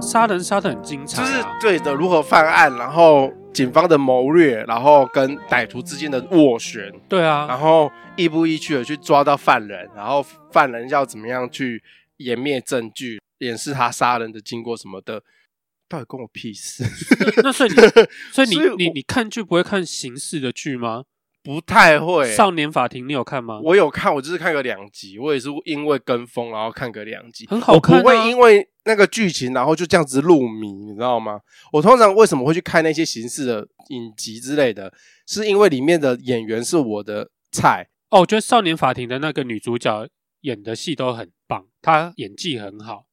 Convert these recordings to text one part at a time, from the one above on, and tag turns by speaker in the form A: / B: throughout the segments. A: 杀人杀的很精彩、
B: 就
A: 啊，
B: 是对的如何犯案，然后警方的谋略，然后跟歹徒之间的斡旋，
A: 对啊，
B: 然后亦步亦趋的去抓到犯人，然后犯人要怎么样去湮灭证据，掩饰他杀人的经过什么的，到底关我屁 事？
A: 那 所以你，所以你
B: 所以我
A: 你你看剧不会看刑事的剧吗？
B: 不太会。
A: 少年法庭你有看吗？
B: 我有看，我就是看个两集，我也是因为跟风然后看个两集，
A: 很好看啊
B: 我不会因为那个剧情然后就这样子入迷，你知道吗？我通常为什么会去看那些形式的影集之类的，是因为里面的演员是我的菜，
A: 哦，我觉得少年法庭的那个女主角演的戏都很棒，她演技很好，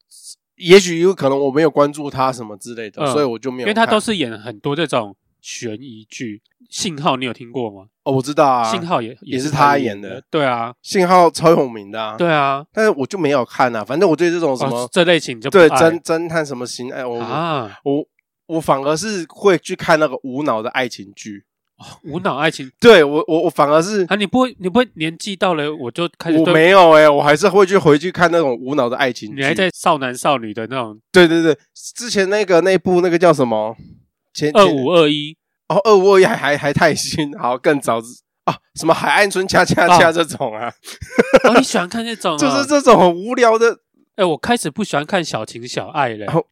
B: 也许有可能我没有关注他什么之类的，
A: 嗯
B: 所以我就没有
A: 因
B: 看。
A: 为她都是演很多这种悬疑剧。信号你有听过吗？
B: 哦，我知道啊，
A: 信号也
B: 也是
A: 她
B: 她
A: 演
B: 演的，
A: 对啊，
B: 信号超有名的、啊，
A: 对啊，
B: 但是我就没有看啊。反正我对这种什么、
A: 哦、这类型就不
B: 对
A: 爱
B: 侦侦探什么刑哎，我、
A: 啊，
B: 我我反而是会去看那个无脑的爱情剧。
A: 无脑爱情
B: 对我我我反而是
A: 啊，你不会你不会年纪到了我就开始
B: 我
A: 对
B: 没有哎、我还是会去回去看那种无脑的爱情剧。
A: 你还在少男少女的那种
B: 对对对，之前那个那部那个叫什么？前
A: 二五二 一
B: 哦二五二一还还还太新，好更早之啊，什么海岸村恰恰恰
A: 哦
B: 这种啊，
A: 哦，你喜欢看这种、啊？
B: 就是这种很无聊的。
A: 哎、我开始不喜欢看小情小爱了、
B: 哦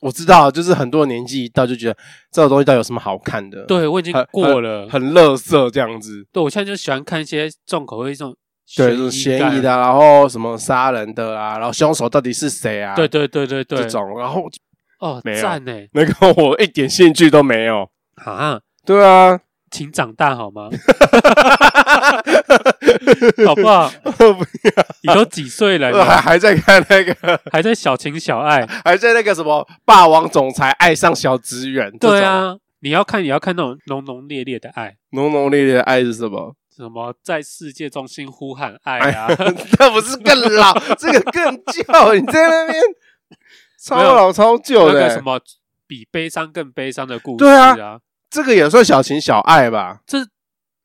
B: 我知道，就是很多年纪一到就觉得这种东西到底有什么好看的？，
A: 对我已经
B: 很
A: 过了。
B: 很乐色这样子。
A: 对我现在就喜欢看一些重口味、这种
B: 对，就是
A: 悬
B: 嫌
A: 感
B: 疑的、。啊，然后什么杀人的啊，然后凶手到底是谁啊？
A: 对对对对对，
B: 这种，然后
A: 哦
B: 没有
A: 赞呢
B: 那个我一点兴趣都没有。
A: 啊，
B: 对啊，
A: 请长大好吗？ 好不好？
B: 不
A: 你都几岁了，
B: 要， 还
A: 你
B: 还在看那个，
A: 还在小情小爱？
B: 还在那个什么《霸王总裁爱上小职员》。
A: 对，啊，你要看也要看那种浓浓烈烈的爱，
B: 浓浓烈烈的爱是什么？
A: 什么在世界中心呼喊爱
B: 哎
A: 啊
B: 呀，， 那不是更老， 这个更旧。你在那边超
A: 没有
B: 老超旧
A: 那个
B: 的
A: 什
B: 欸，
A: 么比悲伤更悲伤的故事
B: 对啊
A: 啊，
B: 这个也算小情小爱吧？
A: 这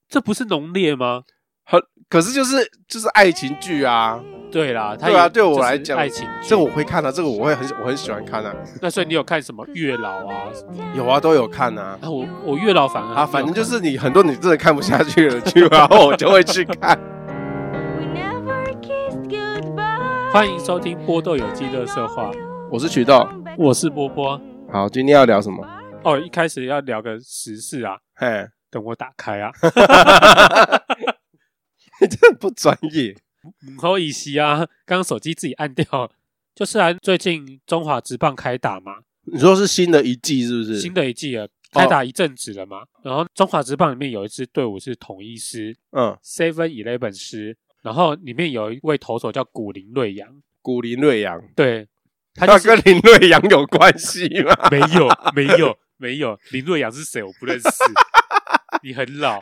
A: 这不是浓烈吗？
B: 很，可是就是就是爱情剧啊，
A: 对啦，它
B: 对啊
A: 也
B: 对
A: 就
B: 我
A: 是
B: 来讲
A: 爱情剧
B: 这个我会看啊，这个我会很我很喜欢看啊，
A: 那所以你有看什么月老啊？
B: 有啊都有看啊。
A: 啊，我我月老反而
B: 啊，反正就是你很多你真的看不下去了剧，然后 我就会去看。
C: We never kissed goodbye.
A: 欢迎收听波豆有机乐色话，
B: 我是渠道，
A: 我是波波。
B: 好，今天要聊什么？
A: 哦，一开始要聊个时事啊，
B: 嘿，
A: 等我打开啊，
B: 你真的不专业。
A: 母后以息啊，刚刚手机自己按掉了。就是啊，最近中华职棒开打嘛，
B: 你说是新的一季是不哦是？
A: 新的一季了，开打一阵子了嘛。然后中华职棒里面有一支队伍是统一师
B: 嗯，
A: Seven Eleven 师，然后里面有一位投手叫古林瑞阳，
B: 古林瑞阳，
A: 对，他
B: 那
A: 就是
B: 跟林瑞阳有关系吗？
A: 没有，没有，没有。林若阳是谁？我不认 识。你很老，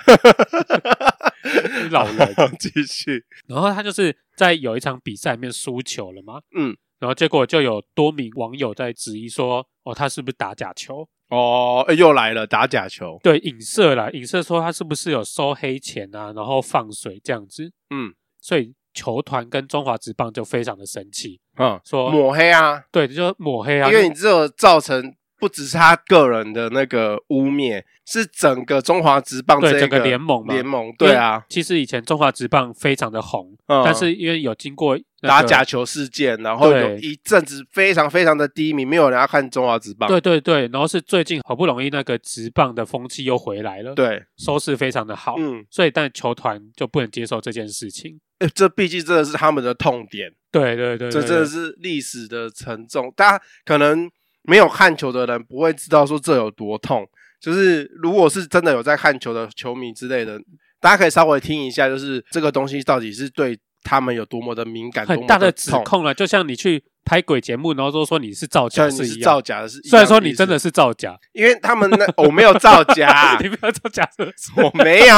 A: 你老人。
B: 好 继续。
A: 然后他就是在有一场比赛里面输球了嘛，
B: 嗯，
A: 然后结果就有多名网友在质疑说，哦，他是不是打假球？
B: 哦，哎又来了，打假球。
A: 对，影射啦，影射说他是不是有收黑钱啊，然后放水这样子。
B: 嗯
A: 所以球团跟中华职棒就非常的生气，
B: 嗯，
A: 说
B: 抹黑啊，
A: 对，就抹黑啊，
B: 因为你只有造成不只是他个人的那个污蔑，是整个中华职棒
A: 对
B: 这
A: 整个
B: 个
A: 联盟嘛
B: 联盟对啊，。
A: 其实以前中华职棒非常的红，
B: 嗯
A: 但是因为有经过、
B: 打假球事件，然后有
A: 对
B: 一阵子非常非常的低迷，没有人要看中华职棒。
A: 对对对，然后是最近好不容易那个直棒的风气又回来了，，
B: 对，
A: 收视非常的好，
B: 嗯，
A: 所以但球团就不能接受这件事情。
B: 诶这毕竟真的是他们的痛点，
A: 对对对，
B: 这
A: 对
B: 真
A: 对
B: 的是历史的沉重。大家可能没有看球的人不会知道说这有多痛，就是如果是真的有在看球的球迷之类的，大家可以稍微听一下，就是这个东西到底是对他们有多么的敏感，
A: 哎很大
B: 多么
A: 的
B: 的
A: 指
B: 痛。
A: 控了，啊就像你去拍鬼节目，然后都说你是造
B: 虽
A: 假
B: 然你
A: 一
B: 是
A: 样
B: 造。假的是一样的意思，
A: 虽然说你真的是造假，
B: 因为他们那我没有造 假，
A: 你不要造假是不是
B: 我没有，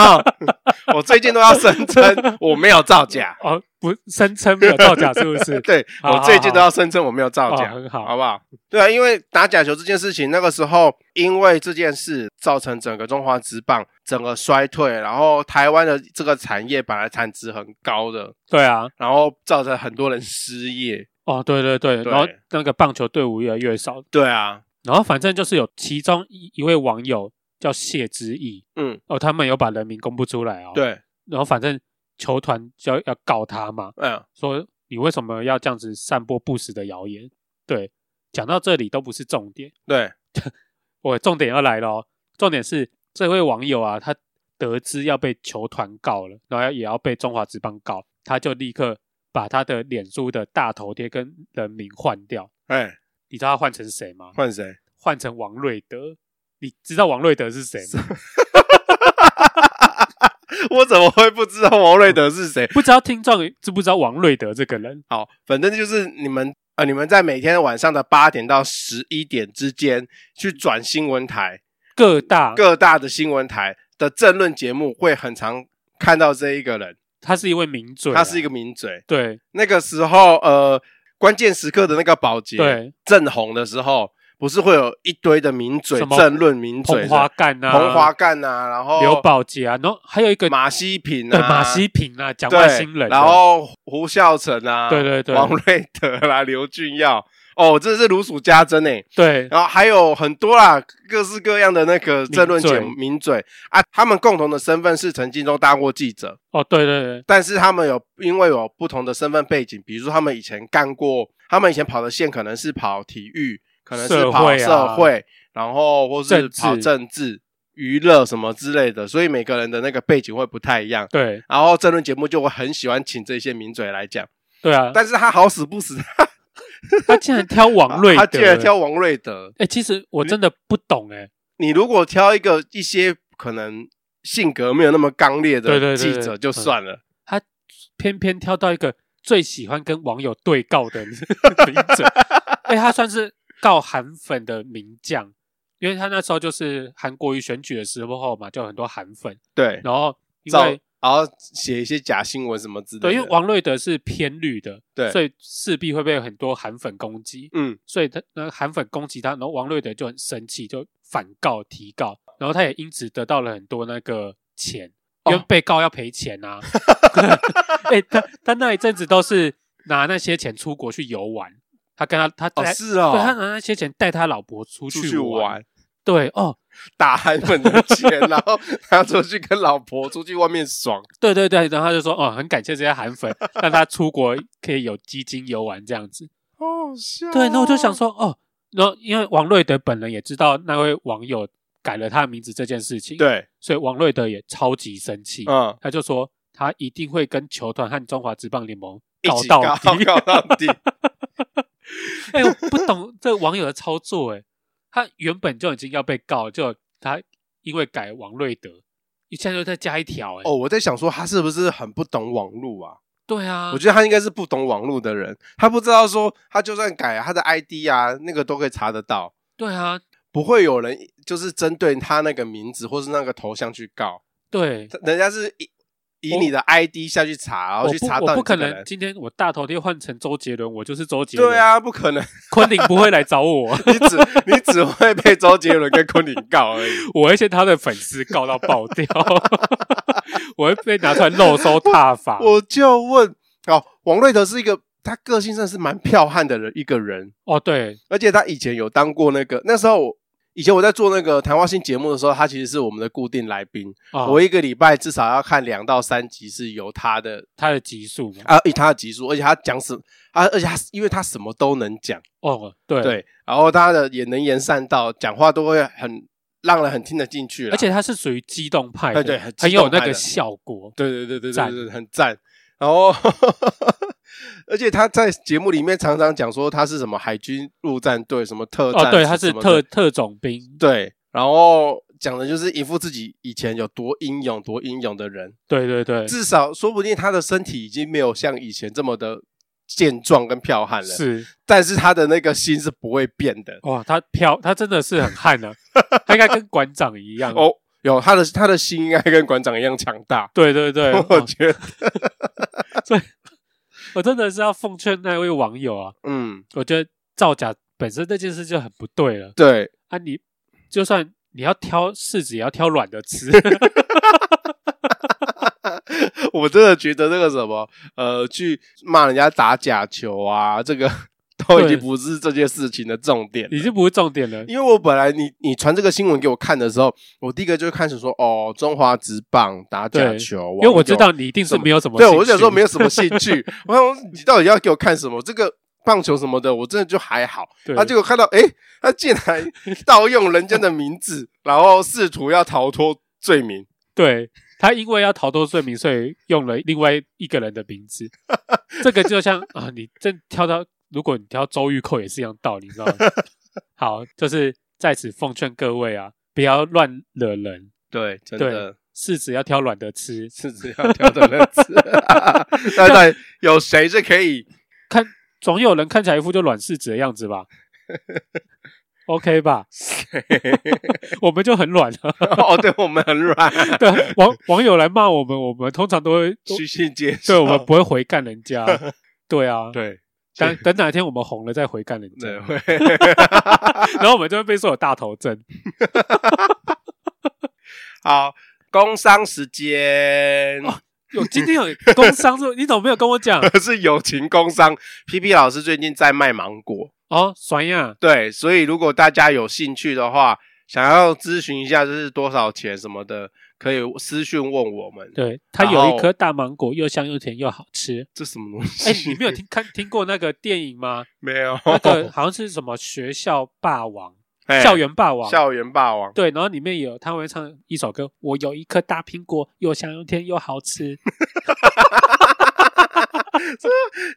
B: 我最近都要声 称我没有造假。？
A: 哦，不声称没有造假是不是
B: 对
A: 好好
B: 我最近都要声称我没有 造
A: 哦
B: 假，
A: 很好
B: 好不好？对啊，因为打假球这件事情，那个时候因为这件事造成整个中华职棒整个衰退，然后台湾的这个产业本来产值很高的，
A: 对啊，
B: 然后造成很多人失业，
A: 哦，对对对，
B: 对
A: 然后那个棒球队伍越来越少，
B: 对啊，
A: 然后反正就是有其中一一位网友叫谢之毅，
B: 嗯，
A: 哦，他们有把人名公布出来哦，，
B: 对，
A: 然后反正球团就要要告他嘛，
B: 嗯，
A: 说你为什么要这样子散播不实的谣言？对，讲到这里都不是重点，
B: 对，
A: 我重点要来了哦，重点是这位网友啊，他得知要被球团告了，然后也要被中华职棒告，他就立刻把他的脸书的大头贴跟人名换掉。
B: 哎，
A: 你知道他换成谁吗？
B: 换谁？
A: 换成王瑞德。你知道王瑞德是谁吗？
B: 我怎么会不知道王瑞德是谁？
A: 不知道听众知不知道王瑞德这个人？
B: 好，反正就是你们啊、呃你们在每天晚上的八点到十一点之间去转新闻台，
A: 各大
B: 各大的新闻台的政论节目会很常看到这一个人，
A: 他是一位名嘴啊、
B: 他是一个名嘴。
A: 对
B: 那个时候，呃，关键时刻的那个保洁
A: 对
B: 正红的时候，不是会有一堆的名嘴
A: 什么
B: 政论名嘴
A: 彭
B: 的，
A: 花干啊，
B: 彭华干啊，然后
A: 刘宝杰啊，然后还有一个
B: 马西平
A: 对
B: 啊，
A: 马西平啊，讲外
B: 对，
A: 星人的，
B: 然后胡孝成啊，
A: 对对对
B: 王瑞德啦，刘俊耀，哦，真的是如数家珍欸诶。
A: 对
B: 然后还有很多啦，各式各样的那个政论节目
A: 名
B: 名嘴啊，他们共同的身份是曾经都当过记者，
A: 哦对对对，
B: 但是他们有因为有不同的身份背景，比如说他们以前干过，他们以前跑的线可能是跑体育，可能是
A: 社
B: 跑
A: 会啊
B: 社会，然后或是
A: 政治
B: 跑政治、娱乐什么之类的，所以每个人的那个背景会不太一样。
A: 对
B: 然后政论节目就会很喜欢请这些名嘴来讲，
A: 对啊，
B: 但是他好死不死，
A: 他竟然挑王瑞德，
B: 他竟然挑王瑞德。
A: 哎、其实我真的不懂哎、
B: 你如果挑一个一些可能性格没有那么刚烈
A: 对对对
B: 的记
A: 对
B: 者就
A: 嗯
B: 算了，
A: 他偏偏挑到一个最喜欢跟网友对告的 名 嘴，哎、他算是告韩粉的名将，因为他那时候就是韩国瑜选举的时候嘛，就有很多韩粉，
B: 对，
A: 然后因
B: 造
A: 为
B: 然后写一些假新闻什么之类的。
A: 对，因为王瑞德是偏绿的，
B: 对
A: 所以势必会被很多韩粉攻击，
B: 嗯
A: 所以他那韩粉攻击他，然后王瑞德就很生气，就反告提告，然后他也因此得到了很多那个钱，因为
B: 哦
A: 被告要赔钱啊。 哎、他他那一阵子都是拿那些钱出国去游玩，他跟他他
B: 哦
A: 带、
B: 是哦，
A: 对他拿那些钱带他老婆出
B: 出
A: 去
B: 去
A: 玩，
B: 玩，
A: 对哦，
B: 打韩粉的钱， 然后他出去跟老婆出去外面爽。
A: 对对对，然后他就说哦，很感谢这些韩粉， 让他出国可以有基金游玩这样子。
B: 好笑
A: 对，那我就想，说，哦，然后因为王瑞德本人也知道那位网友改了他的名字这件事情，，
B: 对，
A: 所以王瑞德也超级生气，
B: 嗯，
A: 他就说他一定会跟球团和中华职棒联盟
B: 一
A: 搞
B: 起
A: 到
B: 搞
A: 底。
B: 搞到底，
A: 哎、我不懂这网友的操作、哎，他原本就已经要被告，就他因为改王瑞德，一下就再加一条、哎，
B: 哦，，我在想说他是不是很不懂网络啊？
A: 对啊，
B: 我觉得他应该是不懂网络的人，他不知道说他就算改他的 ID 啊，那个都可以查得到，
A: 对啊，
B: 不会有人就是针对他那个名字或是那个头像去告，
A: 对。
B: 人家是以以
A: 我
B: 你的 ID 下去查，然
A: 我
B: 后去
A: 不，
B: 查到
A: 我
B: 你
A: 不可
B: 这个
A: 能
B: 人。
A: 今天我大头贴换成周杰伦，我就是周杰伦。
B: 对，啊，不可能，
A: 昆凌不会来找我。
B: 你 只你只会被周杰伦跟昆凌告而已。
A: 我会先他的粉丝告到爆掉， 我会被拿出来肉搜踏法。
B: 我就问，哦，王瑞德是一个他个性真的是蛮彪悍的人，一个人，
A: 哦，对，
B: 而且他以前有当过那个，那时候我以前我在做那个谈话性节目的时候，他其实是我们的固定来宾，
A: 啊，
B: 我一个礼拜至少要看两到三集是由他的
A: 他的集数嘛，
B: 啊，以他的集数，而且他讲什啊，而且他因为他什么都能讲，
A: 哦，对，
B: 对，然后他的也能言善道，讲话都会很让人很听得进去啦，
A: 而且他是属于激动派的，
B: 对对很
A: 很
B: 激
A: 有
B: 动
A: 那个
B: 派的
A: 效果。
B: 对对对对对
A: 赞
B: 对，很赞。然后， 而且他在节目里面常常讲说他是什么海军陆战队什么特战什么
A: 哦，
B: 的，
A: 对，他是特特种兵，
B: 对，然后讲的就是一副自己以前有多英勇多英勇的人，
A: 对对对，
B: 至少说不定他的身体已经没有像以前这么的健壮跟彪悍了，，
A: 是
B: 但是他的那个心是不会变的。
A: 哇，他飘，他真的是很悍 啊，他应该跟馆长一样。
B: 哦，有他的他的心应该跟馆长一样强大，
A: 对对对，
B: 我
A: 哦
B: 觉得，
A: 我真的是要奉劝那位网友啊，
B: 嗯，
A: 我觉得造假本身这件事就很不对了。
B: 对，
A: 啊你，就算 你要挑柿子，也要挑软的吃。
B: 我真的觉得那个什么，呃，去骂人家打假球啊，这个 都已
A: 对
B: 经不是这件事情的重点了。
A: 已经不是重点了。
B: 因为我本来你你传这个新闻给我看的时候，我第一个就开始说哦，中华职棒打假
A: 对
B: 球，
A: 因为
B: 因
A: 我知道你一定是没有什么
B: 对
A: 兴趣，
B: 我就想说没有什么兴趣，我想说你到底要给我看什么？这个棒球什么的，我真啊的就还好。
A: 对，
B: 他结果看到，诶，他竟然盗用人家的名字，然后试图要逃脱罪名。
A: 对他因为要逃脱罪名，所以用了另外一个人的名 字。这个就像啊，你真挑到，如果你挑周玉蔻也是一样道理，你知道吗？ 好，就是在此奉劝各位啊，不要乱惹人，
B: 对，真
A: 对，柿子要挑软的吃。
B: 是这样挑的日子。那那有谁是可以？
A: 看，总有人看起来一副就软柿子的样子吧？OK 吧？ 我们就很软啊了。
B: 哦，对我们很软，
A: 对，啊网网友来骂我们，我们通常都会，都
B: 虚心接受。
A: 对我们不会回干人 家。对啊，
B: 对
A: 等等哪一天我们红了再回干人家，
B: 对，
A: 然后我们就会被说有大头症。
B: 好，工商时间。
A: 有今天有工伤是？你怎么没有跟我讲？
B: 是友情工商，P P 老师最近在卖芒果，
A: 哦，酸呀，
B: 对，所以如果大家有兴趣的话，想要咨询一下就是多少钱什么的，可以私讯问我们。
A: 对，它
B: 然
A: 有
B: 后
A: 一颗大芒果，又香又甜又好吃。
B: 这什么东西？
A: 哎，你没有听看听过那个电影吗？
B: 没 有？
A: 那个好像是什么学校霸王、
B: 哎
A: 校园霸王。
B: 校园霸王，
A: 对，然后里面有他会唱一首歌，我有一颗大苹果，又香又甜又好吃。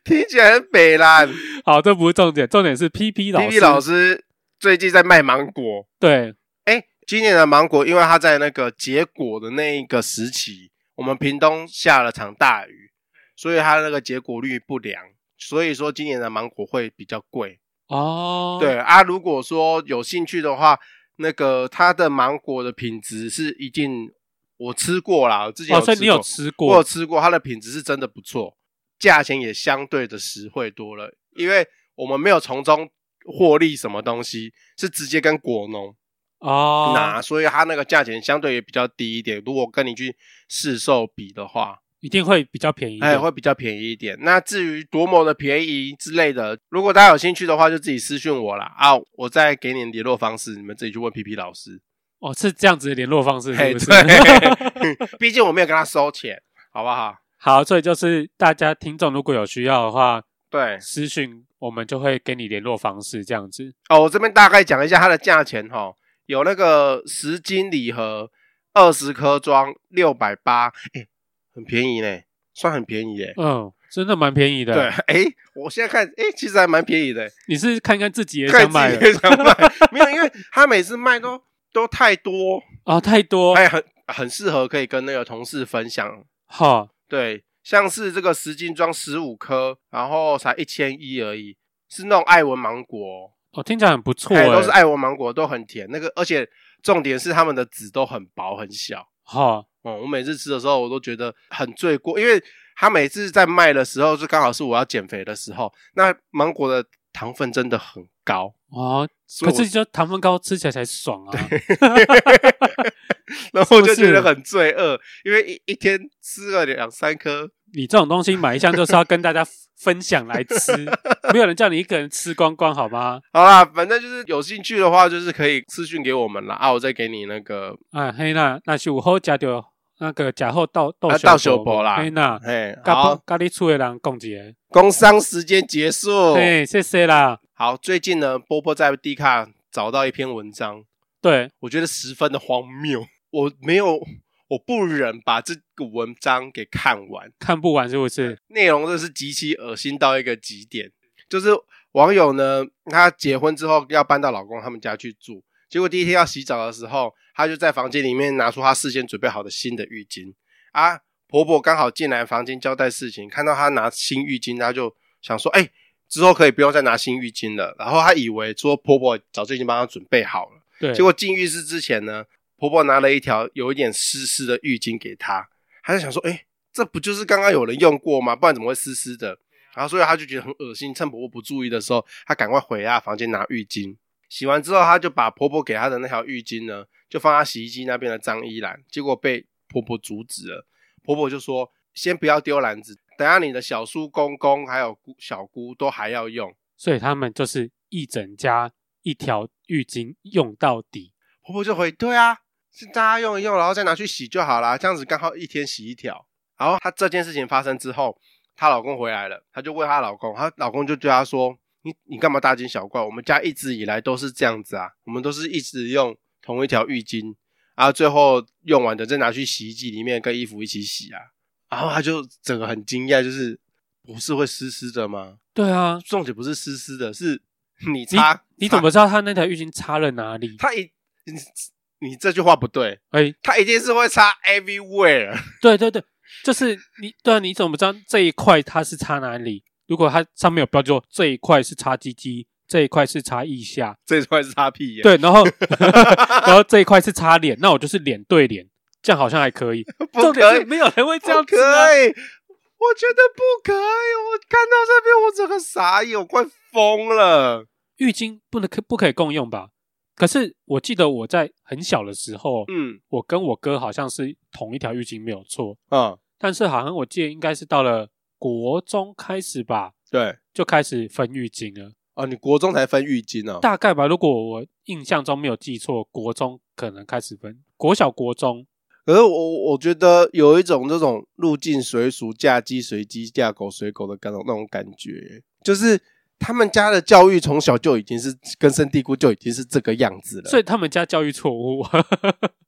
B: 听起来很北蓝。
A: 好，这不是重点，重点是 P P 老师。
B: P P 老师最近在卖芒果，
A: 对
B: 哎，今年的芒果，因为它在那个结果的那一个时期，我们屏东下了场大雨，所以它那个结果率不良，所以说今年的芒果会比较贵。
A: 哦，
B: 对啊，如果说有兴趣的话，那个它的芒果的品质是一定我吃过啦，我之前
A: 哦，所
B: 有吃过，
A: 以你有吃
B: 我有
A: 过？
B: 吃过，它的品质是真的不错，价钱也相对的实惠多了，因为我们没有从中获利什么东西，是直接跟果农
A: 哦，
B: 拿，所以它那个价钱相对也比较低一点。如果跟你去市售比的话，
A: 一定会比较便宜一点。
B: 哎，会比较便宜一点。那至于多么的便宜之类的，如果大家有兴趣的话，就自己私讯我啦。啊，我再给你联络方式，你们自己去问皮皮老师。
A: 哦，是这样子的联络方式，
B: 嘿，
A: 是不是？
B: 哎对， 毕竟我没有跟他收钱，好不好？
A: 好，所以就是大家听众如果有需要的话，
B: 对，
A: 私讯我们就会给你联络方式，这样子。
B: 哦，我这边大概讲一下它的价钱哈，有那个十斤礼盒，二十颗装，六百八，哎，很便宜呢，算很便宜耶。
A: 嗯，真的蛮便宜的。
B: 对，，哎，我现在看，哎，其实还蛮便宜的。
A: 你是看看自己也
B: 看
A: 想
B: 自
A: 买
B: 己
A: 了
B: 也想买，没有，因为他每次卖都都太多，
A: 哦，太多
B: 哎，很很适合可以跟那个同事分享。
A: 哈，
B: 对，像是这个十斤装十五颗，然后才一千一而已，是那种爱文芒果，
A: 哦，听起来很不错
B: 哎，
A: 哎
B: 都是爱文芒果，都很甜。那个，而且重点是他们的籽都很薄很小。
A: 哈，
B: 哦、我每次吃的时候，我都觉得很罪过，因为他每次在卖的时候，就刚好是我要减肥的时候，那芒果的糖分真的很高。
A: 哦，
B: 所以
A: 可
B: 我
A: 是就糖分高吃起来才爽啊。
B: 然后我就是
A: 不是
B: 觉得很罪恶，因为一一天吃了两三颗，
A: 你这种东西买一箱就是要跟大家分享来吃，没有人叫你一个人吃光光好吗？
B: 好啦，反正就是有兴趣的话，就是可以私讯给我们啦。啊，我再给你那个，
A: 啊，嘿那那是午后加掉那个假后豆豆
B: 啊
A: 小
B: 豆小薄啦
A: 嘿那。
B: 哎，
A: 甲
B: 好
A: 帮，甲你厝的人讲一个，
B: 工商时间结束。
A: 嘿，谢谢啦。
B: 好，最近呢，波波在 D 卡找到一篇文章，
A: 对，
B: 我觉得十分的荒谬，我没有，我不忍把这个文章给看完。
A: 看不完是不是？
B: 内容真的是极其恶心到一个极点。就是网友呢，她结婚之后要搬到老公他们家去住，结果第一天要洗澡的时候，她就在房间里面拿出她事先准备好的新的浴巾啊。婆婆刚好进来房间交代事情，看到她拿新浴巾，她就想说：“哎、之后可以不用再拿新浴巾了。”然后她以为说婆婆早就已经帮她准备好了。
A: 对，
B: 结果进浴室之前呢，婆婆拿了一条有一点湿湿的浴巾给她，她就想说，哎、这不就是刚刚有人用过吗？不然怎么会湿湿的？然后所以她就觉得很恶心，趁婆婆不注意的时候，她赶快回她房间拿浴巾。洗完之后，她就把婆婆给她的那条浴巾呢，就放她洗衣机那边的脏衣篮，结果被婆婆阻止了。婆婆就说：“先不要丢篮子，等下你的小叔公公还有姑小姑都还要用。
A: 所以他们就是一整家一条浴巾用到底。
B: 婆婆就回：“对啊，是大家用一用，然后再拿去洗就好啦，这样子刚好一天洗一条。”然后她这件事情发生之后，她老公回来了，她就问她老公，她老公就对她说：“你你干嘛大惊小怪？我们家一直以来都是这样子啊，我们都是一直用同一条浴巾，然后最后用完的再拿去洗衣机里面跟衣服一起洗啊。”然后她就整个很惊讶，就是不是会湿湿的吗？
A: 对啊，
B: 重点不是湿湿的，是你
A: 你
B: 擦
A: 你怎么知道他那条浴巾擦了哪里？
B: 他一你你这句话不对，
A: 哎、
B: 他一定是会擦 everywhere。
A: 对对对，就是你对啊，你怎么知道这一块它是擦哪里？如果它上面有标注这一块是擦鸡鸡，这一块是擦腋下，
B: 这一块是擦屁眼，，
A: 对， 然后然后这一块是擦脸，那我就是脸对脸，这样好像还可以。
B: 不
A: 重
B: 可
A: 点
B: 以
A: 是，没有人会这样
B: 不
A: 子、啊，
B: 可以，我觉得不可以。我看到这边，我整个傻眼，我快疯了。
A: 浴巾不能可不可以共用吧？可是我记得我在很小的时候，
B: 嗯
A: 我跟我哥好像是同一条浴巾没有错，
B: 嗯，
A: 但是好像我记得应该是到了国中开始吧，
B: 对。
A: 就开始分浴巾了。
B: 哦，你国中才分浴巾哦。
A: 大概吧，如果我印象中没有记错，国中可能开始分，国小、国中，
B: 可是我我觉得有一种这种入境随俗、嫁鸡随鸡、嫁狗随狗的感那种感觉，就是他们家的教育从小就已经是根深蒂固，就已经是这个样子了。
A: 所以他们家教育错误。啊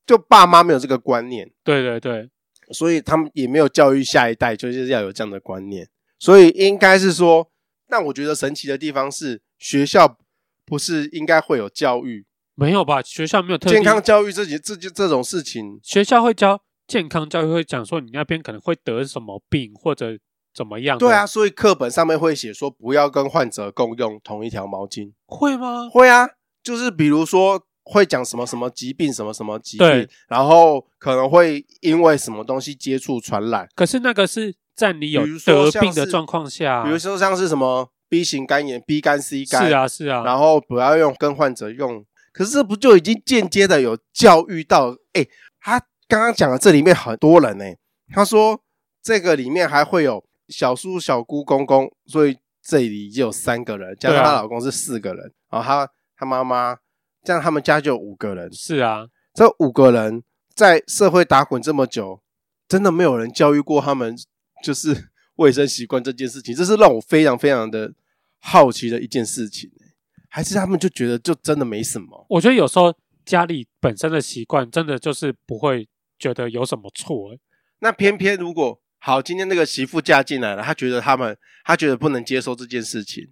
B: 就爸妈没有这个观念，
A: 对对对，
B: 所以他们也没有教育下一代，就是要有这样的观念。所以应该是说，但我觉得神奇的地方是，学校不是应该会有教育、
A: 没有吧？学校没有特地
B: 健康，教育这些这这这种事情？
A: 学校会教健康教育，会讲说你那边可能会得什么病或者怎么样。
B: 对啊，，所以课本上面会写说，不要跟患者共用同一条毛巾。
A: 会吗？
B: 会啊，就是比如说会讲什么什么疾病，什么什么疾病
A: 对，
B: 然后可能会因为什么东西接触传染，
A: 可是那个是在你有
B: 比如说
A: 得
B: 像
A: 病的
B: 是
A: 状况下，
B: 比如说像是什么 B 型肝炎、B 肝、C 肝，
A: 啊是啊是啊，
B: 然后不要用跟患者用。可是这不就已经间接的有教育到？哎，他刚刚讲的这里面很多人呢、他说这个里面还会有小叔、小姑、公公，所以这里已经有三个人，加上
A: 对啊
B: 她老公是四个人，然后她她妈妈，这样他们家就有五个人。
A: 是啊，
B: 这五个人在社会打滚这么久，真的没有人教育过他们，就是 卫生习惯这件事情，这是让我非常非常的好奇的一件事情、欸还是他们就觉得就真的没什么？
A: 我觉得有时候家里本身的习惯真的就是不会觉得有什么错、欸
B: 那偏偏如果好，今天那个媳妇嫁进来了，她觉得他们，她觉得不能接受这件事情，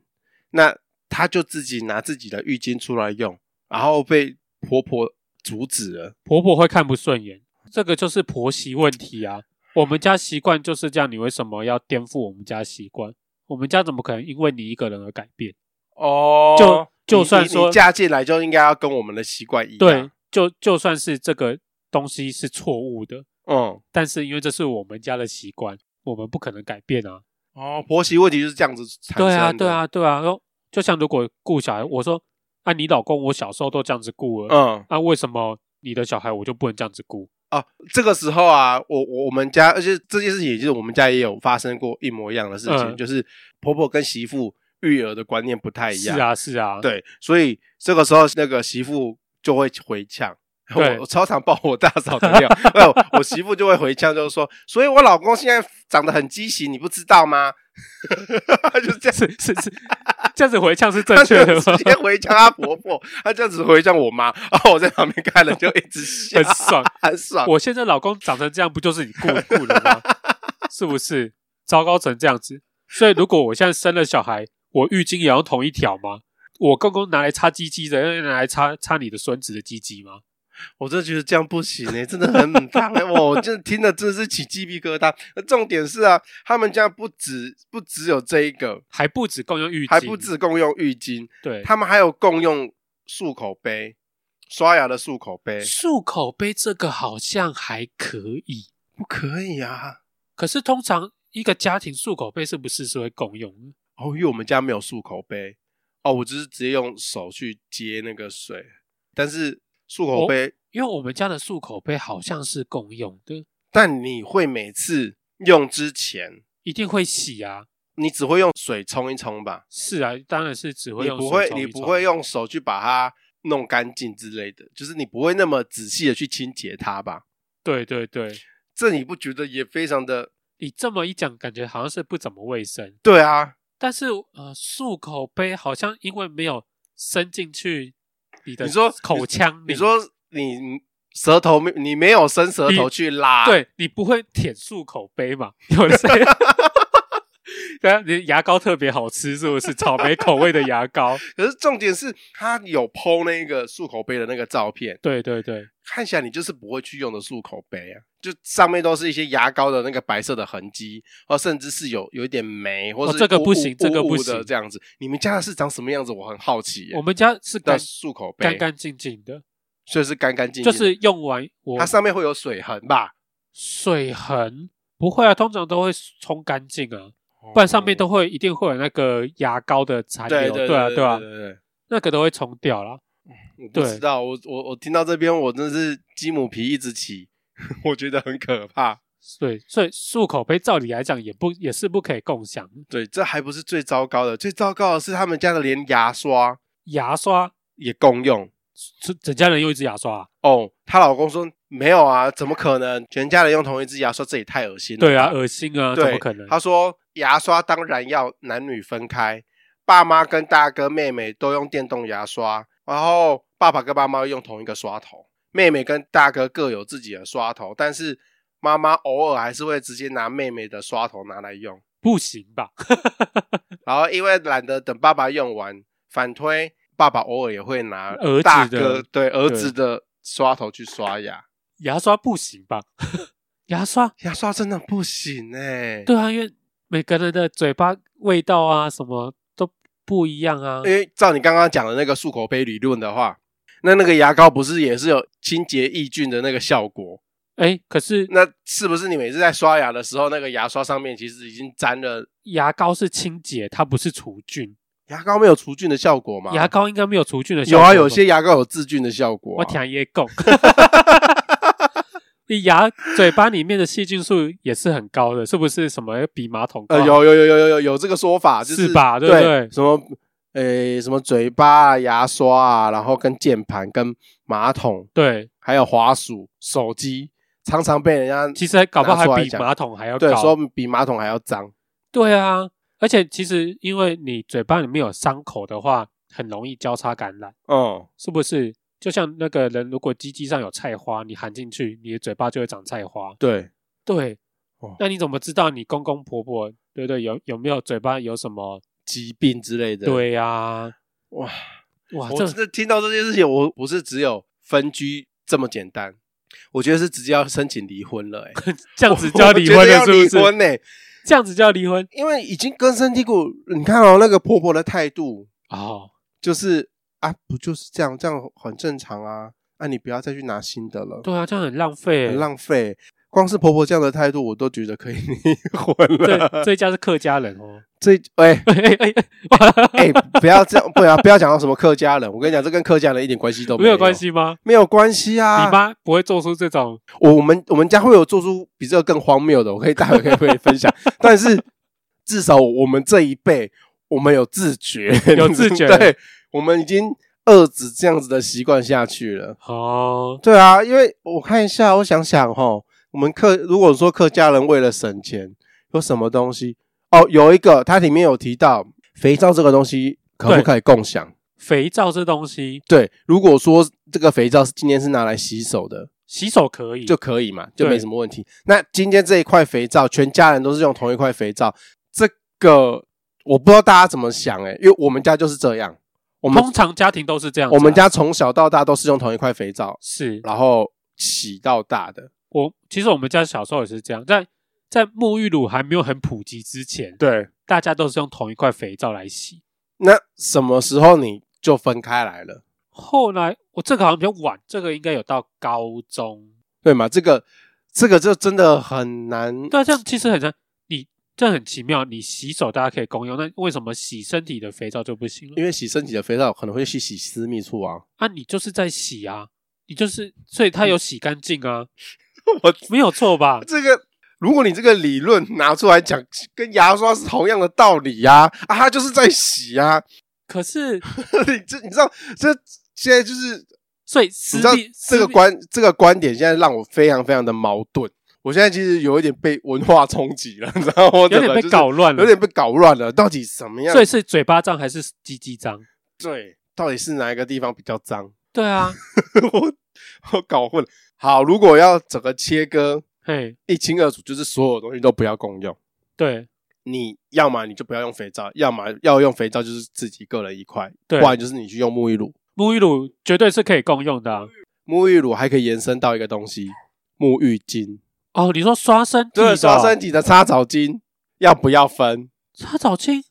B: 那她就自己拿自己的浴巾出来用，然后被婆婆阻止了。
A: 婆婆会看不顺眼，这个就是婆媳问题啊。我们家习惯就是这样，你为什么要颠覆我们家习惯？我们家怎么可能因为你一个人而改变？
B: 哦
A: 就就算
B: 你
A: 说
B: 你嫁进来就应该要跟我们的习惯一样，
A: 对，，就就算是这个东西是错误的，
B: 嗯。
A: 但是因为这是我们家的习惯，我们不可能改变啊。
B: 哦，婆媳问题就是这样子产生的。
A: 对啊，对，啊，对啊。哦就像如果顾小孩，我说啊，你老公我小时候都这样子顾了，
B: 嗯，
A: 那、啊、为什么你的小孩我就不能这样子顾？
B: 哦，这个时候啊，我我我们家，而且这件事情，也就是我们家也有发生过一模一样的事情，
A: 嗯
B: 就是婆婆跟媳妇育儿的观念不太一
A: 是
B: 样。，
A: 啊，是啊，
B: 对，所以这个时候那个媳妇就会回呛。
A: 对
B: 我我超常爆我大嫂的料， 没有，我媳妇就会回呛，就是说，所以我老公现在长得很畸形，你不知道吗？ 就是这样，
A: 是是是，这样子回呛是 正
B: 她
A: 确
B: 就
A: 的 吗？
B: 直接回呛她婆婆，她这样子回呛我妈， 然后我在旁边看了就一直笑
A: 很， 爽，
B: 很爽。
A: 我现在老公长成这样，不就是你雇雇的 吗？是不是？糟糕成这样子，所以如果我现在生了小孩，我浴巾也要同一条吗？我公公拿来擦鸡鸡的，要拿来擦擦你的孙子的鸡鸡吗？
B: 我真的觉得这样不行哎、真的 很母汤哎、我我真的听了真的是起鸡皮疙瘩。那重点是啊，他们家不止不只有这一个，
A: 还不止共用浴巾，
B: 还不止共用浴巾，
A: 对
B: 他们还有共用漱口杯，刷牙的漱口杯，
A: 漱口杯这个好像还可以，
B: 不可以啊！
A: 可是通常一个家庭漱口杯是不是是会共用的？
B: 哦，因为我们家没有漱口杯，哦，我只是直接用手去接那个水，但是漱口杯，
A: 因为我们家的漱口杯好像是共用的，
B: 但你会每次用之前，
A: 一定会洗啊。
B: 你只会用水冲一冲吧，
A: 是啊，当然是只会
B: 你
A: 用
B: 不
A: 手
B: 会
A: 冲一
B: 你不
A: 冲啊
B: 会用手去把它弄干净之类的，就是你不会那么仔细的去清洁它吧？
A: 对对对，
B: 这你不觉得也非常的
A: 你这么一讲，感觉好像是不怎么卫生。
B: 对啊？
A: 但是呃，漱口杯好像因为没有伸进去你的
B: 你说
A: 口腔里
B: 你说你舌头没你没有伸舌头
A: 嗯你
B: 去拉，，
A: 对你不会舔漱口杯嘛？有 谁？对啊，你牙膏特别好吃，是不是？草莓口味的牙膏，
B: 可是重点是它有剖那个漱口杯的那个照片，
A: 对对对，
B: 看起来你就是不会去用的漱口杯啊，就上面都是一些牙膏的那个白色的痕迹，或甚至是有有一点霉，或
A: 哦
B: 是、
A: 这个不行这个不
B: 的
A: 行
B: 这样子。你们家的是长什么样子？我很好奇耶、
A: 我们家是干
B: 的漱口杯，
A: 干干净净的，
B: 所以是干干净
A: 就
B: 净，
A: 是用完我
B: 它上面会有水痕吧？
A: 水痕不会啊，通常都会冲干净啊，不然上面都
B: 哦
A: 会一定会有那个牙膏的残
B: 对
A: 留，
B: 对
A: 啊对啊
B: 对，对对
A: 那个都会冲掉啦。
B: 我不
A: 对
B: 知道，我我我听到这边，我真的是鸡母皮一直起， 我觉得很可怕。
A: 对，所以漱口杯照理来讲也不也是不可以共享，
B: 对，这还不是最糟糕的，最糟糕的是他们家的连牙刷
A: 牙刷
B: 也共用。
A: 是整家人用一支牙刷、啊，
B: 哦，她老公说没有啊，怎么可能？全家人用同一支牙刷，这也太恶心了吧。
A: 对啊，恶心啊，
B: 嗯对，
A: 怎么可能？
B: 他说牙刷当然要男女分开，爸妈跟大哥妹妹都用电动牙刷，然后爸爸跟妈妈用同一个刷头，妹妹跟大哥各有自己的刷头，但是妈妈偶尔还是会直接拿妹妹的刷头拿来用。
A: 不行吧？
B: 然后因为懒得等爸爸用完，反推爸爸偶尔也会拿
A: 儿子的
B: 大哥对儿
A: 对
B: 子的刷头去刷牙。
A: 牙刷不行吧？ 牙刷
B: 牙刷真的不行哎、
A: 对啊，因为每个人的嘴巴味道啊什么都不一样啊。
B: 因为照你刚刚讲的那个漱口杯理论的话，那那个牙膏不是也是有清洁抑菌的那个效果？
A: 哎，可是
B: 那是不是你每次在刷牙的时候，那个牙刷上面其实已经沾了
A: 牙膏是清洁，它不是除菌。
B: 牙膏没有除菌的效果吗？
A: 牙膏应该没有除菌的效
B: 有
A: 果吧。
B: 啊，有些牙膏有治菌的效果、
A: 我
B: 啊。
A: 舔也够。 你牙嘴巴里面的细菌数也是很高的，是不是？什么比马桶高？
B: 呃，有有有有有有有这个说法，就是
A: 是吧
B: 对
A: 对不对
B: 什么呃什么嘴巴啊、牙刷啊，然后跟键盘、跟马桶，
A: 对，
B: 还有滑鼠、手机，常常被人家
A: 其实搞不好
B: 拿出来
A: 还比
B: 讲
A: 马桶还要
B: 对说
A: 高。
B: 比马桶还要脏。
A: 对啊，而且其实因为你嘴巴里面有伤口的话，很容易交叉感染，
B: 嗯，
A: 是不是？就像那个人如果鸡鸡上有菜花，你含进去，你的嘴巴就会长菜花。
B: 对。
A: 对
B: 哦，
A: 那你怎么知道你公公婆婆对不对有有没有嘴巴有什么？
B: 疾病之类的。，
A: 对呀，
B: 哇，
A: 哇，
B: 我
A: 这
B: 真的听到这件事情，我不是只有分居这么简单，我觉得是直接要申请离婚了、欸，哎，
A: 这样子就要离婚了，是
B: 离
A: 不
B: 婚
A: 是？
B: 呢、
A: 这样子就要离 婚
B: 因为已经根深蒂固。你看哦，那个婆婆的态度
A: 哦，
B: 就是啊，不就是这样，这样很正常啊，啊，你不要再去拿新的了，
A: 对啊，这样很浪费欸，
B: 很浪费。光是婆婆这样的态度，我都觉得可以 离婚
A: 这
B: 了。
A: 这一家是客家人哦，
B: 这哎
A: 哎哎
B: 哎、
A: 哎，
B: 不要这样，不要不要讲到什么客家人，我跟你讲，这跟客家人一点关系都
A: 没
B: 有
A: 有关，系吗？
B: 没有关系啊。
A: 你妈不会做出这种
B: 我我们我们家会有做出比这个更荒谬的，我可以待会可以可以 分享。但是至少我们这一辈，我们有自觉，
A: 有自觉
B: 对，我们已经遏制这样子的习惯下去了。
A: 哦，
B: 对啊，因为我看一下，我想想哈，我们客如果说客家人为了省钱，有什么东西？哦，有一个，它里面有提到肥皂这个东西可不
A: 对
B: 可以共享？
A: 肥皂这东西，
B: 对，如果说这个肥皂是今天是拿来洗手的，
A: 洗手可以，
B: 就可以嘛，就没
A: 对
B: 什么问题。那今天这一块肥皂，全家人都是用同一块肥皂，这个我不知道大家怎么想诶、因为我们家就是这样，我们
A: 通常家庭都是这样子啊。
B: 我们家从小到大都是用同一块肥皂，
A: 是
B: 然后洗到大的。
A: 我，其实我们家小时候也是这样，在在沐浴乳还没有很普及之前，
B: 对，
A: 大家都是用同一块肥皂来洗。
B: 那什么时候你就分开来了？
A: 后来我这个好像比较晚，这个应该有到高中。
B: 对吗？这个这个就真的很难。
A: 对啊，这样其实很像你，这很奇妙。你洗手大家可以公用，那为什么洗身体的肥皂就不行了？
B: 因为洗身体的肥皂可能会去洗私密处啊，
A: 啊，你就是在洗啊，你就是，所以它有洗干净啊，
B: 嗯 我
A: 没有错吧？
B: 这个如果你这个理论拿出来讲，跟牙刷是同样的道理呀、啊，啊，它就是在洗呀、啊。
A: 可是，
B: 你这你知道，这现在就是
A: 所以
B: 你
A: 私
B: 知道
A: 立
B: 这个
A: 关
B: 观这个观点，现在让我非常非常的矛盾。我现在其实有一点被文化冲击了，你 知道吗？我
A: 有
B: 整
A: 点
B: 个
A: 被
B: 就是
A: 搞乱了，
B: 有点被搞乱了。到底什么样？
A: 所以是嘴巴脏还是鸡鸡脏？
B: 对，到底是哪一个地方比较脏？
A: 对啊，
B: 我我搞混了。好，如果要整个切割
A: 嘿，
B: 一清二楚，就是所有东西都不要共用。
A: 对
B: 你要么你就不要用肥皂，要么要用肥皂就是自己个人一块，不
A: 对
B: 然就是你去用沐浴乳。
A: 沐浴乳绝对是可以共用的啊、
B: 沐浴乳还可以延伸到一个东西，沐浴巾，
A: 哦，你说刷身体的
B: 对，
A: 哦
B: 刷身体的擦澡巾要不要分？
A: 擦澡巾，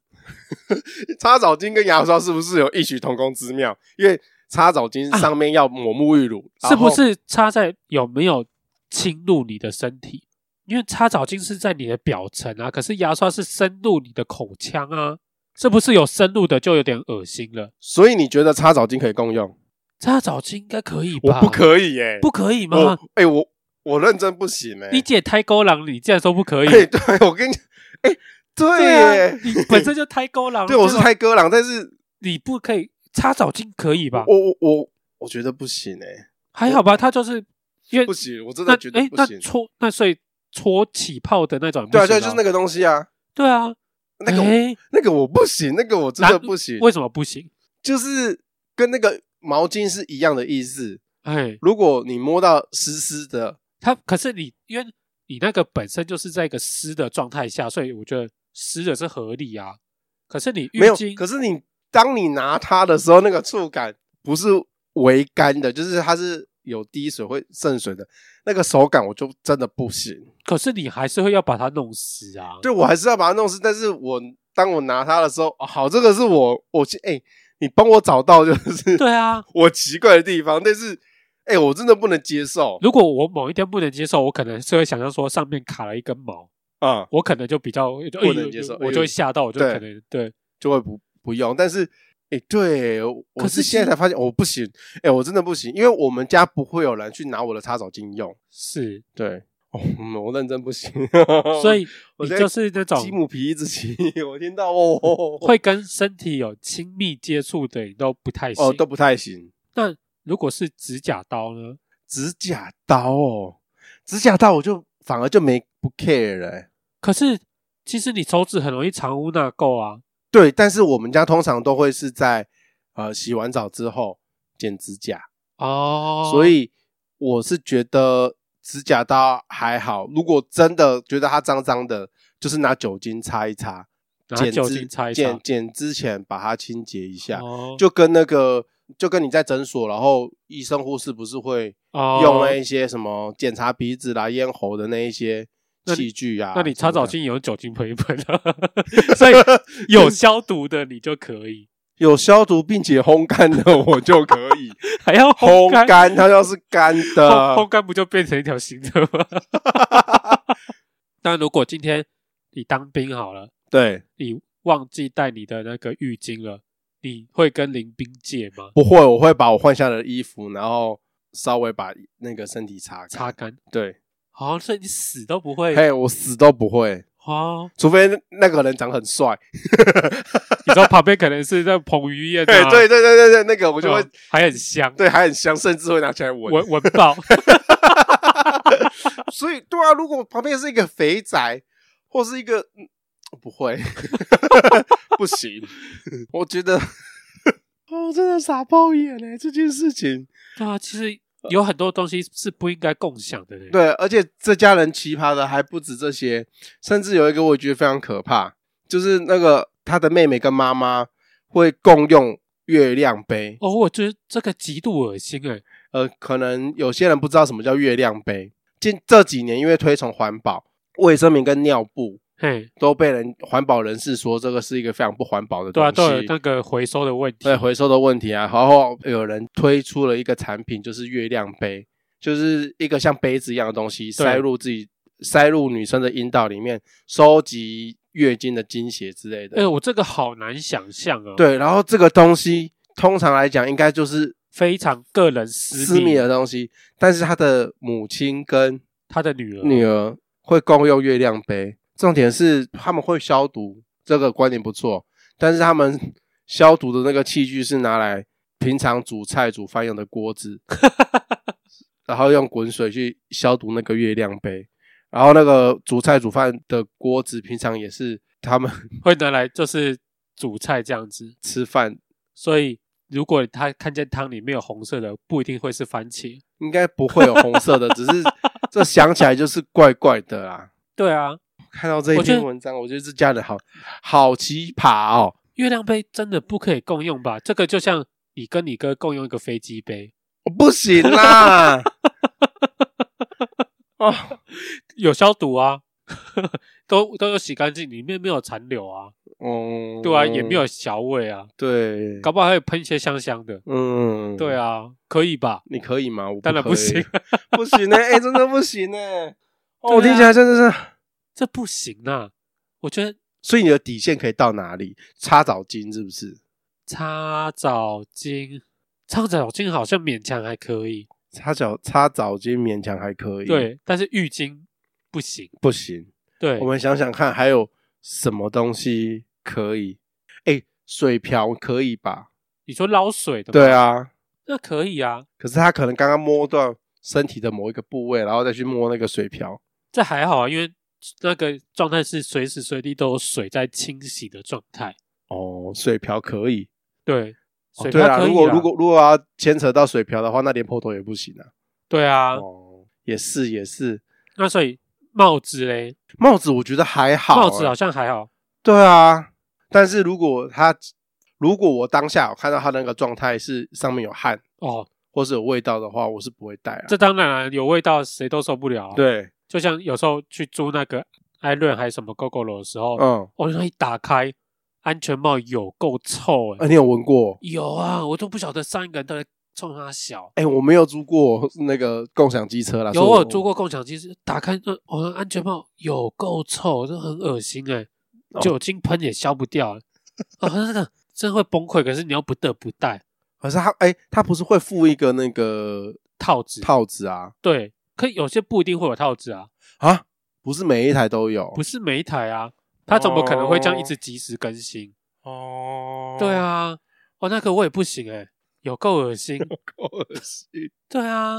B: 擦澡巾跟牙刷是不是有异曲同工之妙？因为擦澡巾上面要抹沐浴乳，
A: 啊是不
B: 然后
A: 是插在有没有侵入你的身体？因为擦澡巾是在你的表层啊，可是牙刷是深入你的口腔啊，是不是有深入的就有点恶心了？
B: 所以你觉得擦澡巾可以共用？
A: 擦澡巾应该可以吧？
B: 我不，可以耶、
A: 不可以
B: 我
A: 吗？
B: 哎、我我认真不行哎、
A: 你姐胎勾狼，你竟然说不可以？
B: 哎、对我跟你讲，哎、对耶，
A: 啊，你本身就胎勾狼，
B: 对我是
A: 结果
B: 太哥朗，但是
A: 你不可以擦澡巾可以吧？
B: 我我我我觉得不行哎、
A: 还好吧，它就是因为
B: 不行，我真
A: 那
B: 的觉得
A: 哎
B: 不
A: 那
B: 行。
A: 搓那所以搓起泡的那种也不
B: 对啊，
A: 行
B: 对
A: 哦，
B: 啊，就是那个东西啊，
A: 对啊，
B: 那个、
A: 哎
B: 那个我不行，那个我真的
A: 那
B: 不行，
A: 为什么不行？
B: 就是跟那个毛巾是一样的意思。
A: 哎，
B: 如果你摸到湿湿的，
A: 它可是你因为你那个本身就是在一个湿的状态下，所以我觉得湿的是合理啊。可是你浴
B: 没有，
A: 巾
B: 可是你当你拿它的时候，那个触感不是微干的，就是它是有滴水会渗水的，那个手感我就真的不行。
A: 可是你还是会要把它弄湿啊。
B: 对我还是要把它弄湿，但是我当我拿它的时候，哦好，这个是我我去哎、你帮我找到就是
A: 对啊，
B: 我奇怪的地方，但是哎、我真的不能接受
A: 如果我某一天不能接受，我可能是会想象说上面卡了一根毛，
B: 啊、嗯
A: 我可能就比较不
B: 不能接受哎
A: 我就会吓到，我就
B: 对
A: 可能对。
B: 就会不不用。但是哎、对我
A: 可
B: 我
A: 是
B: 是现
A: 其
B: 在才发现我不行，哎、我真的不行，因为我们家不会有人去拿我的擦澡巾用。
A: 是，
B: 对，哦，嗯我认真不行，
A: 所以
B: 哦我
A: 你
B: 在
A: 就是那种
B: 鸡母皮一直起，我听到哦，
A: 会跟身体有亲密接触的，你都不太行。
B: 哦都不太行。
A: 那如果是指甲刀呢？
B: 指甲刀哦，指甲刀我就反而就没不 care 了欸、
A: 可是其实你手指很容易藏污纳垢啊。
B: 对，但是我们家通常都会是在呃洗完澡之后剪指甲，
A: 哦，
B: 所以我是觉得指甲刀还好。如果真的觉得它脏脏的，就是拿酒精擦一擦，
A: 拿
B: 剪
A: 酒
B: 之
A: 精擦一擦
B: 剪剪之前把它清洁一下，
A: 哦
B: 就跟那个就跟你在诊所，然后医生护士不是会
A: 哦
B: 用那一些什么检查鼻子啦、咽喉的那一些
A: 那你
B: 器具啊。
A: 那你擦
B: 什么
A: 澡
B: 的
A: 巾有酒精喷一喷啊， 所以有消毒的你就可以，
B: 有消毒并且烘干的，我就可 以
A: 还要
B: 烘
A: 干，
B: 干。啊它要是干
A: 烘烘
B: 的，
A: 干不就变成一条新的吗？ 那如果今天你当兵好了，
B: 对，
A: 你忘记带你的那个浴巾了，你会跟林兵借吗？
B: 不会，我会把我换下的衣服，然后稍微把那个身体擦干
A: 擦。干？
B: 对，
A: 哦，所以你死都不会
B: 嘿，我死都不会，
A: 哦。
B: 除非那个人长很帅。
A: 你知道旁边可能是在彭于晏、
B: 嘿
A: 啊，嗯
B: 对对对对对，那个我
A: 我
B: 就会
A: 还很香，
B: 对，还很香，甚至会拿起来闻。
A: 闻闻爆。
B: 所以，对啊，如果旁边是一个肥宅，或是一个，嗯不会， 不行， 我觉得， 哦，真的傻爆眼嘞，这件事情。
A: 对啊，其实有很多东西是不应该共享的呢。
B: 呃对，而且这家人奇葩的还不止这些，甚至有一个我觉得非常可怕，就是那个他的妹妹跟妈妈会共用月亮杯。
A: 哦，我觉得这个极度恶心哎、
B: 呃，可能有些人不知道什么叫月亮杯。近这几年因为推崇环保，卫生棉跟尿布
A: 嘿，
B: 都被人环保人士说这个是一个非常不环保的
A: 对
B: 东
A: 啊，
B: 西，
A: 都有那个回收的问题
B: 对。回收的问题啊。然后有人推出了一个产品，就是月亮杯，就是一个像杯子一样的东
A: 对
B: 西，塞入自己塞入女生的阴道里面，收集月经的经血之类
A: 哎、
B: 的。
A: 我这个好难想象啊。，
B: 对，然后这个东西通常来讲应该就是
A: 非常个人私
B: 私密的东西，但是他的母亲跟
A: 他的女儿
B: 女儿会共用月亮杯，重点是他们会消毒，这个观点不错。但是他们消毒的那个器具是拿来平常煮菜煮饭用的 锅子，然后用滚水去消毒那个月亮杯。然后那个煮菜煮饭的锅子，平常也是他们
A: 会拿来就是煮菜这样子。
B: 吃饭，
A: 所以如果他看见汤里面有红色的，不一定会是番茄。
B: 应该不会有红色的，只是这想起来就是怪怪的啦。
A: 对啊，
B: 看到这一
A: 我觉
B: 篇
A: 得
B: 文章，我觉得这家人好好奇葩哦。
A: 月亮杯真的不可以共用吧？这个就像你跟你哥共用一个飞机杯，
B: 我不行啦！哦，
A: 有消毒啊， 都都有洗干净，里面没有残留啊，
B: 嗯，
A: 对啊，也没有小味啊，
B: 对，
A: 搞不好还有喷一些香香的。
B: 嗯，
A: 对，啊，可以吧？
B: 你可以吗？我
A: 当然
B: 可
A: 不行啊
B: 以，不行呢、哎、真的不行呢、 哦，我
A: 对啊
B: 听起来真的是，
A: 这不行啊！我觉得
B: 所以你的底线可以到哪里？擦澡巾是不是？
A: 擦澡巾，擦澡巾好像勉强还可以，
B: 擦脚擦澡巾勉强还可以，，
A: 对，但是浴巾不行。
B: 不行。
A: 对
B: 我，们想想看，还有什么东西可以？哎、水瓢可以吧？
A: 你说捞水的，
B: 对，啊，
A: 那可以啊，
B: 可是他可能刚刚摸到身体的某一个部位，然后再去摸那个水瓢。
A: 这还好啊，因为那个状态是随时随地都有水在清洗的状态。
B: 哦，水瓢可以。
A: 对，水
B: 哦、对
A: 漂
B: 啊，
A: 可以
B: 如果如果如果要牵扯到水瓢的话，那连破头也不行啊。
A: 对啊，
B: 哦，也是也是。
A: 那所以帽子嘞，
B: 帽子我觉得还好、
A: 帽子
B: 啊
A: 好。像还好，哦
B: 对啊，但是如果他如果我当下有看到他那个状态是上面有汗
A: 哦，
B: 或是有味道的话，我是不会戴啊。
A: 这当然、啊、有味道，谁都受不了、啊。，
B: 对，
A: 就像有时候去租那个艾润还是什么 GoGo 楼的时候，
B: 嗯，
A: 哦，那一打开，安全帽有够臭哎、
B: 啊，你有闻过？
A: 有啊，我都不晓得上一个人到底冲他小。
B: 哎、我没有租过那个共享机车啦，
A: 有
B: 所以
A: 我有租过共享机，打开那我的安全帽有够臭，这很恶心哎、
B: 哦
A: 酒精喷也消不掉、 欸，啊、那个真会崩溃。可是你又不得不戴
B: 可是他哎、他不是会附一个那个
A: 套子，
B: 套子啊？
A: 对，可以有些不一定会有套子啊，
B: 啊，不是每一台都有。
A: 不是每一台啊，它怎么可能会这样一直及时更新？
B: 哦
A: 对，啊，哦，那个我也不行哎、有够恶 心。
B: 够恶心。
A: 对啊，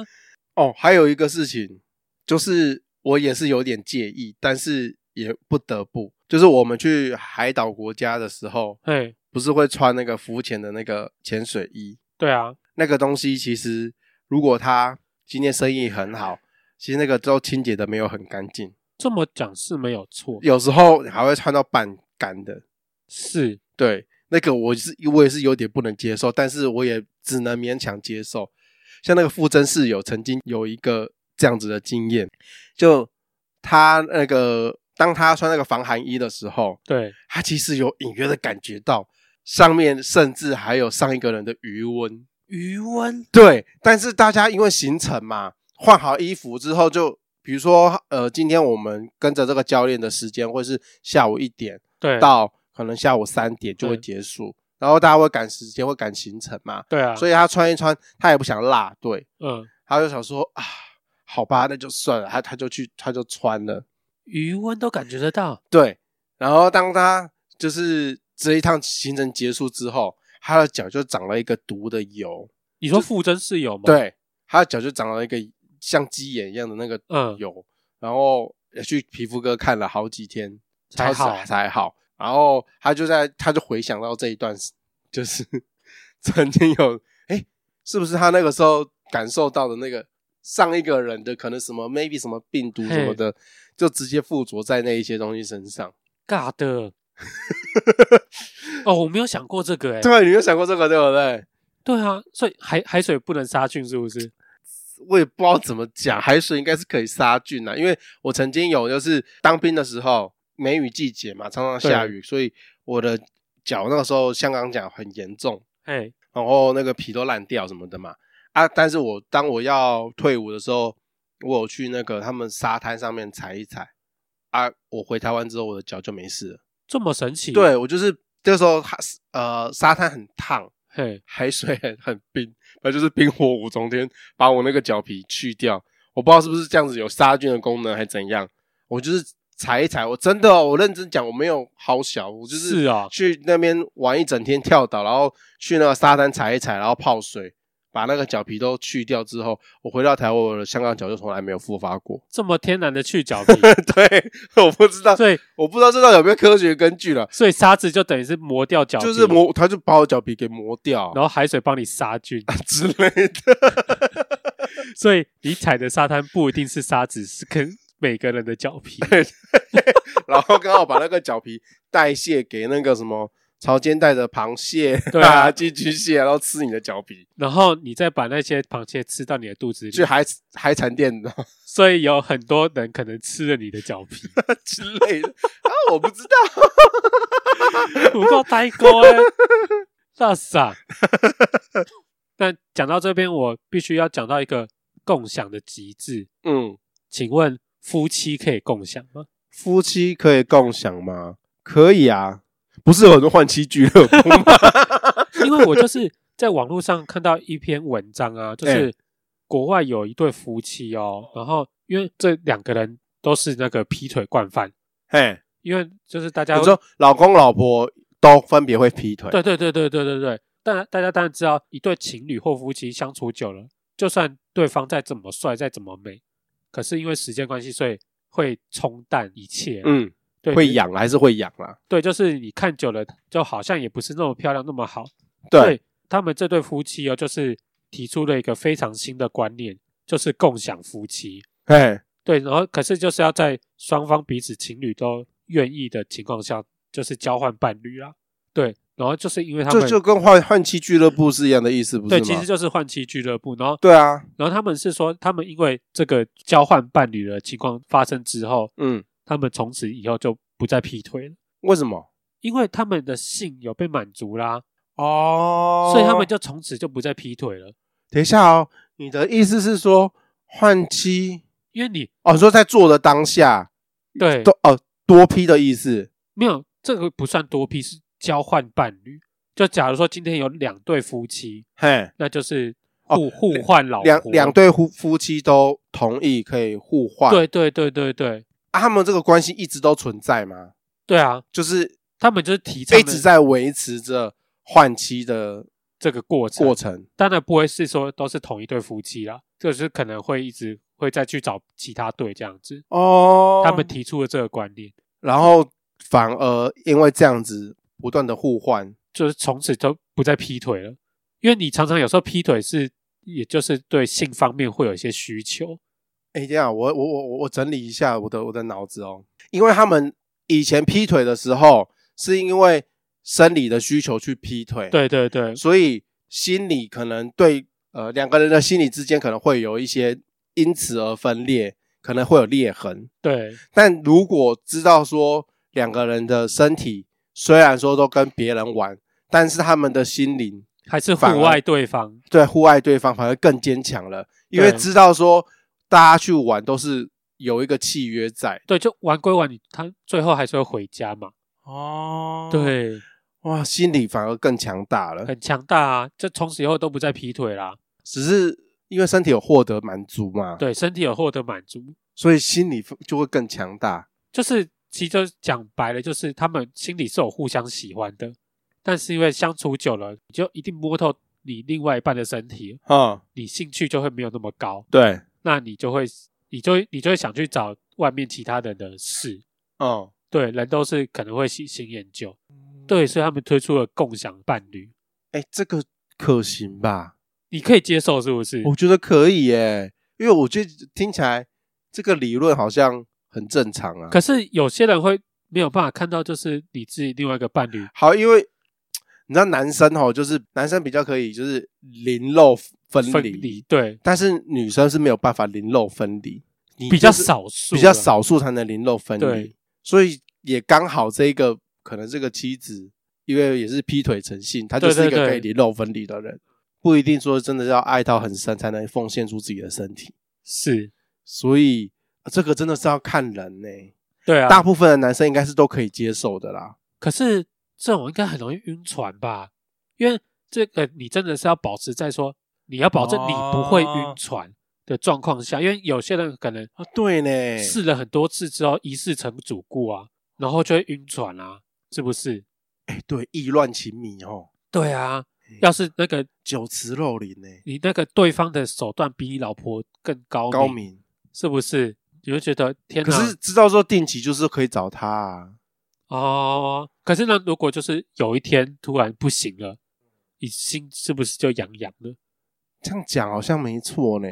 B: 哦，还有一个事情，就是我也是有点介意，但是也不得不，就是我们去海岛国家的时候，
A: 哎，
B: 不是会穿那个浮潜的那个潜水衣，
A: 对啊，
B: 那个东西其实如果他今天生意很好，其实那个都清洁的没有很干净，
A: 这么讲是没有错，
B: 有时候还会穿到半干的，
A: 是
B: 对，那个我是我也是有点不能接受，但是我也只能勉强接受。像那个傅真室友曾经有一个这样子的经验，就他那个当他穿那个防寒衣的时候，
A: 对，
B: 他其实有隐约的感觉到上面甚至还有上一个人的余温。
A: 余温
B: 对，但是大家因为行程嘛，换好衣服之后就。比如说，呃，今天我们跟着这个教练的时间，会是下午一点，
A: 对
B: 到可能下午三点就会
A: 对
B: 结束，然后大家会赶时间，会赶行程嘛，
A: 对啊，
B: 所
A: 以
B: 以他穿一穿，他也不想落队，
A: 嗯，
B: 他就想说啊，好吧，那就算了，他他就去他就穿了，
A: 余温都感觉得到，
B: 对，然后当他就是这一趟行程结束之后，他的脚就长了一个毒的油，
A: 你说傅真是有吗？，
B: 对，他的脚就长了一个像鸡眼一样的那个
A: 嗯
B: 油，然后去皮肤科看了好几天，
A: 才
B: 超
A: 好
B: 才好。然后他就在他就回想到这一段时，就是 曾经有哎，是不是他那个时候感受到的那个上一个人的可能什么 maybe 什么病毒什么
A: 嘿
B: 的，就直接附着在那一些东西身上。
A: 尬 的。哦，我没有想过这个哎、
B: 对，你啊有想过这个对不对？
A: 对啊，所以海海水不能杀菌是不是？
B: 我也不知道怎么讲，海水应该是可以杀菌啊，因为我曾经有就是当兵的时候，梅雨季节嘛，常常下雨，所以我的脚那个时候香港脚很严重，
A: 哎，
B: 然后那个皮都烂掉什么的嘛啊，但是我当我要退伍的时候，我有去那个他们沙滩上面踩一踩啊，我回台湾之后我的脚就没事了，
A: 这么神奇？，
B: 对我就是那时候它呃沙滩很烫，
A: 嘿，
B: 海水很 很冰，那就是冰火五重天把我那个脚皮去掉。我不知道是不是这样子有杀菌的功能，还怎样。我就是踩一踩，我真的、哦，我认真讲，我没有好小，我就是
A: 是啊
B: 去那边玩一整天跳岛，然后去那个沙滩踩一踩，然后泡水，把那个脚皮都去掉之后，我回到台湾，我的香港脚就从来没有复发过。
A: 这么天然的去角皮，
B: 对，我不知道，
A: 所以
B: 我不知道这到底有没有科学根据了，
A: 所以沙子就等于是磨掉角皮，
B: 就是，磨，他就把我脚皮给磨掉啊
A: 然后海水帮你杀菌，
B: 之类的。
A: 所以你踩的沙滩不一定是沙子，是跟每个人的脚皮。
B: 然后刚好把那个脚皮代谢给那个什么潮间带的螃蟹、
A: 对啊
B: 寄居蟹，然后吃你的脚皮，
A: 然后你再把那些螃蟹吃到你的肚子里，
B: 去海海产店的
A: 所以有很多人可能吃了你的脚皮，
B: 之类的啊，我不知道，
A: 不够呆锅哎，那傻。但啊讲到这边，我必须要讲到一个共享的极致。
B: 嗯，
A: 请问夫妻可以共享吗？
B: 夫妻可以共享吗？可以啊，不是有很多换妻俱乐部吗？
A: 因为我就是在网络上看到一篇文章啊，就是
B: 哎
A: 国外有一对夫妻哦，然后因为这两个人都是那个劈腿惯犯，
B: 嘿，
A: 因为就是大家
B: 你说老公老婆都分别会劈腿，
A: 对对对对对对对，当然大家当然知道，一对情侣或夫妻相处久了，就算对方再怎么帅再怎么美，可是因为时间关系，所以会冲淡一切。，啊
B: 嗯，
A: 对，
B: 会
A: 你
B: 痒还是会啊痒啦，
A: 对，就是你看久了，就好像也不是那么漂亮那么好。所
B: 对，
A: 以他们这对夫妻哦，就是提出了一个非常新的观念，就是共享夫妻。
B: 嘿，
A: 对，然后可是就是要在双方彼此情侣都愿意的情况下，就是交换伴侣啦。对，然后就是因为他们
B: 这就跟换换妻俱乐部是一样的意思，不是
A: 对，
B: 吗？
A: 其实就是换妻俱乐部。然后，
B: 对啊，
A: 然后他们是说，他们因为这个交换伴侣的情况发生之后，
B: 嗯，
A: 他们从此以后就不再劈腿了，
B: 为什么？
A: 因为他们的性有被满足啦，
B: 哦
A: 所以他们就从此就不再劈腿了。
B: 等一下哦，你的意思是说换妻
A: 因为你
B: 哦？你说在做的当下
A: 对
B: 多哦多批的意思？
A: 没有这个不算多劈，是交换伴侣。就假如说今天有两对夫妻，
B: 嘿，
A: 那就是
B: 哦
A: 互、互换老婆，
B: 两两对夫夫妻都同意可以互换，
A: 对对对对对
B: 啊，他们这个关系一直都存在吗？
A: 对啊，
B: 就是
A: 他们就是提倡
B: 一直
A: 的
B: 在维持着换妻的
A: 这个过程
B: 过程。
A: 当然不会是说都是同一对夫妻啦，就是可能会一直会再去找其他对这样子。
B: 哦
A: 他们提出了这个观念，
B: 然后反而因为这样子不断的互换，
A: 就是从此都不再劈腿了，因为你常常有时候劈腿是，也就是对性方面会有一些需求。
B: 哎，这样，我我我我我整理一下我的我的脑子哦，因为他们以前劈腿的时候，是因为生理的需求去劈腿，，
A: 对对对，
B: 所以心理可能对呃两个人的心理之间可能会有一些因此而分裂，可能会有裂痕。
A: 对
B: 但如果知道说两个人的身体虽然说都跟别人玩，但是他们的心灵
A: 还是
B: 反而
A: 户外对方，
B: 对户外对方反而更坚强了，因为
A: 对
B: 知道说大家去玩都是有一个契约在。
A: 对，就玩归玩，你他最后还是会回家嘛。
B: 哦，
A: 对，
B: 哇，心理反而更强大了，
A: 很强大啊，就从此以后都不再劈腿啦。
B: 只是因为身体有获得满足嘛，，
A: 对，身体有获得满足，
B: 所以心理就会更强大。
A: 就是其实就是讲白了，就是他们心里是有互相喜欢的，但是因为相处久了，你就一定摸透你另外一半的身体，
B: 嗯，
A: 你兴趣就会没有那么高，
B: 对，
A: 那你就会，你就你就会想去找外面其他人的事。
B: 嗯，
A: 对，人都是可能会喜新厌旧，对，所以他们推出了共享伴侣，
B: 哎，这个可行吧？
A: 你可以接受是不是？
B: 我觉得可以耶，因为我觉得听起来这个理论好像很正常啊。
A: 可是有些人会没有办法看到，就是你自己另外一个伴侣，
B: 好，因为你知道男生哦，就是男生比较可以就是零肉分离，
A: 分离，对，
B: 但是女生是没有办法零肉分离，你
A: 比较
B: 就是
A: 少数，啊
B: 比较，少数才能零肉分离
A: 对，
B: 所以也刚好这一个可能这个妻子，因为也是劈腿成性，她就是一
A: 对对
B: 个
A: 对
B: 可以零肉分离的人，不一定说真的要爱到很深才能奉献出自己的身体，
A: 是，
B: 所以呃这个真的是要看人呢、
A: 对啊，
B: 大部分的男生应该是都可以接受的啦。
A: 可是这种应该很容易晕船吧？
B: 哦
A: 因为这个你真的是要保持在说，你要保证你不会晕船，的状况下，因为有些人可能
B: 啊，对呢，
A: 试了很多次之后，一试成主顾啊，然后就会晕船啊，是不是？
B: 哎，对，意乱情迷哦，
A: 对啊，要是那个
B: 酒池肉林呢，
A: 你那个对方的手段比你老婆更高
B: 高明。
A: 是不是？你会觉得天
B: 可
A: 哪！
B: 是知道说定期就是可以找他啊，
A: 哦，可是呢，如果就是有一天突然不行了，你心是不是就痒痒了？
B: 这样讲好像没错呢。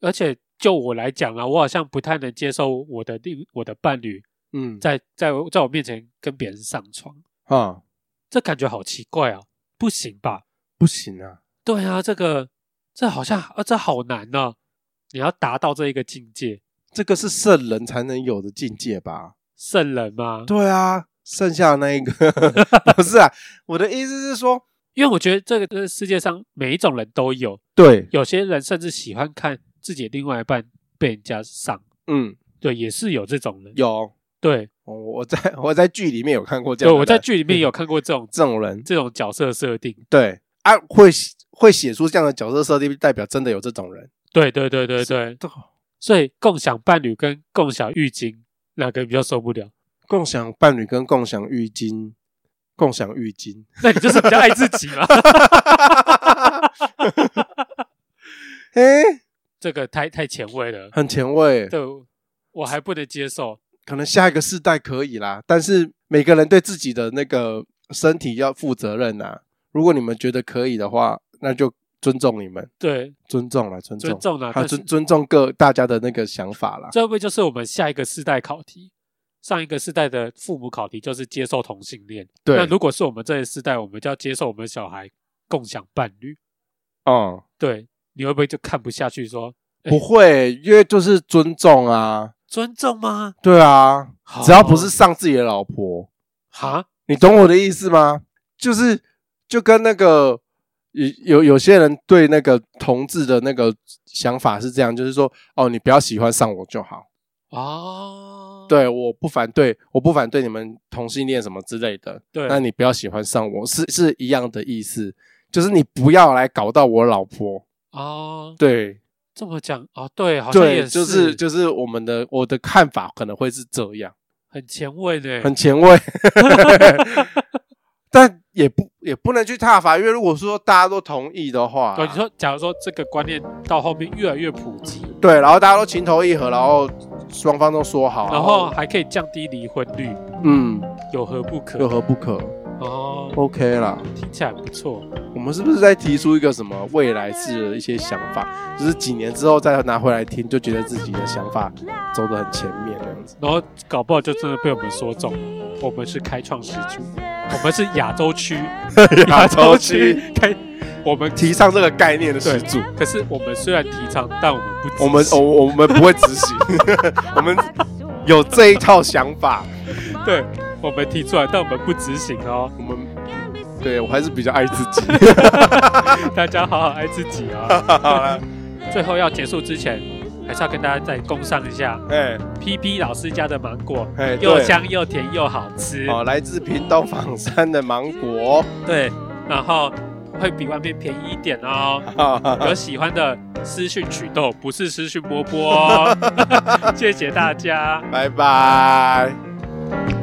A: 而且就我来讲啊，我好像不太能接受我的另我的伴侣
B: 嗯，
A: 在在我在我面前跟别人上床，
B: 啊，
A: 这感觉好奇怪啊！不行吧？
B: 不行啊，
A: 对啊，这个这好像啊，这好难呢、你要达到这一个境界，
B: 这个是圣人才能有的境界吧？
A: 圣人吗？
B: 对啊，剩下的那一个 不是啊，我的意思是说，
A: 因为我觉得这个这个世界上每一种人都有，
B: 对，
A: 有些人甚至喜欢看自己另外一半被人家上，
B: 嗯，
A: 对，也是有这种人。
B: 有，
A: 对，
B: 我我在我在剧里面有看过这
A: 对，
B: 样的人，
A: 我在剧里面有看过这种
B: 这种人，
A: 这种角色设定。
B: 对啊，会会写出这样的角色设定，代表真的有这种人，
A: 对对对对对，
B: 对，
A: 所以共享伴侣跟共享浴巾哪个比较受不了？
B: 共享伴侣跟共享浴巾，共享 浴巾，
A: 那你就是比较爱自己嘛。
B: 哎、
A: 这个太太前卫了，
B: 很前卫，
A: 对我还不能接受。
B: 可能下一个世代可以啦，但是每个人对自己的那个身体要负责任呐、如果你们觉得可以的话，那就尊重你们，
A: 对，
B: 尊重啦，尊重，
A: 尊重啦啊
B: 还有
A: 但是
B: 尊尊重各大家的那个想法啦。
A: 这会不会就是我们下一个世代考题？上一个世代的父母考题就是接受同性恋，
B: 对
A: 那如果是我们这一世代，我们就要接受我们小孩共享伴侣。
B: 哦、
A: 对，你会不会就看不下去说哎
B: 不会，因为就是尊重啊，
A: 尊重吗？
B: 对啊，
A: 好
B: 只要不是上自己的老婆，
A: 哈，
B: 你懂我的意思吗？就是就跟那个有有有些人对那个同志的那个想法是这样，就是说哦，你不要喜欢上我就好。
A: 哦，
B: 对，我不反对，我不反对你们同性恋什么之类的。
A: 对
B: 那你不要喜欢上我，是是一样的意思，就是你不要来搞到我老婆。
A: 哦，
B: 对
A: 这么讲哦，对，好像也
B: 对，就是
A: 是
B: 就是我们的我的看法可能会是这样，
A: 很前卫呢。
B: 很 前卫，但也不也不能去踏伐，因为如果说大家都同意的话，
A: 对，你说，假如说这个观念到后面越来越普及，
B: 对，然后大家都情投意合，然后双方都说好，
A: 然后还可以降低离婚率，
B: 嗯，
A: 有何不可？
B: 有何不可
A: 哦，
B: ？OK 啦。
A: 听起来不错。
B: 我们是不是在提出一个什么未来式的一些想法？就是几年之后再拿回来听，就觉得自己的想法走得很前面这样子。
A: 然后搞不好就真的被我们说中，我们是开创始祖，我们是亚洲区，
B: 亚洲区
A: 开，我们
B: 提倡这个概念的始
A: 对
B: 祖，
A: 可是我们虽然提倡，但我们不执行，
B: 我们哦我我们不会执行， 我们 有这一套想法，
A: 对，我们提出来，但我们不执行 哦。
B: 我们对我还是比较爱自己。
A: 大家好好爱自己啊！
B: 好 啦
A: 最后要结束之前，还是要跟大家再工商一下
B: 哎
A: P P 老师家的芒果，
B: 哎，
A: 又
B: 对
A: 香又甜又好吃，
B: 哦，来自屏东仿山的芒果，
A: 对，然后会比外面便宜一点哦。
B: 哈哈哈
A: 有喜欢的私讯取豆，不是 私讯波波、哦。谢谢大家。
B: 拜拜。
C: Thank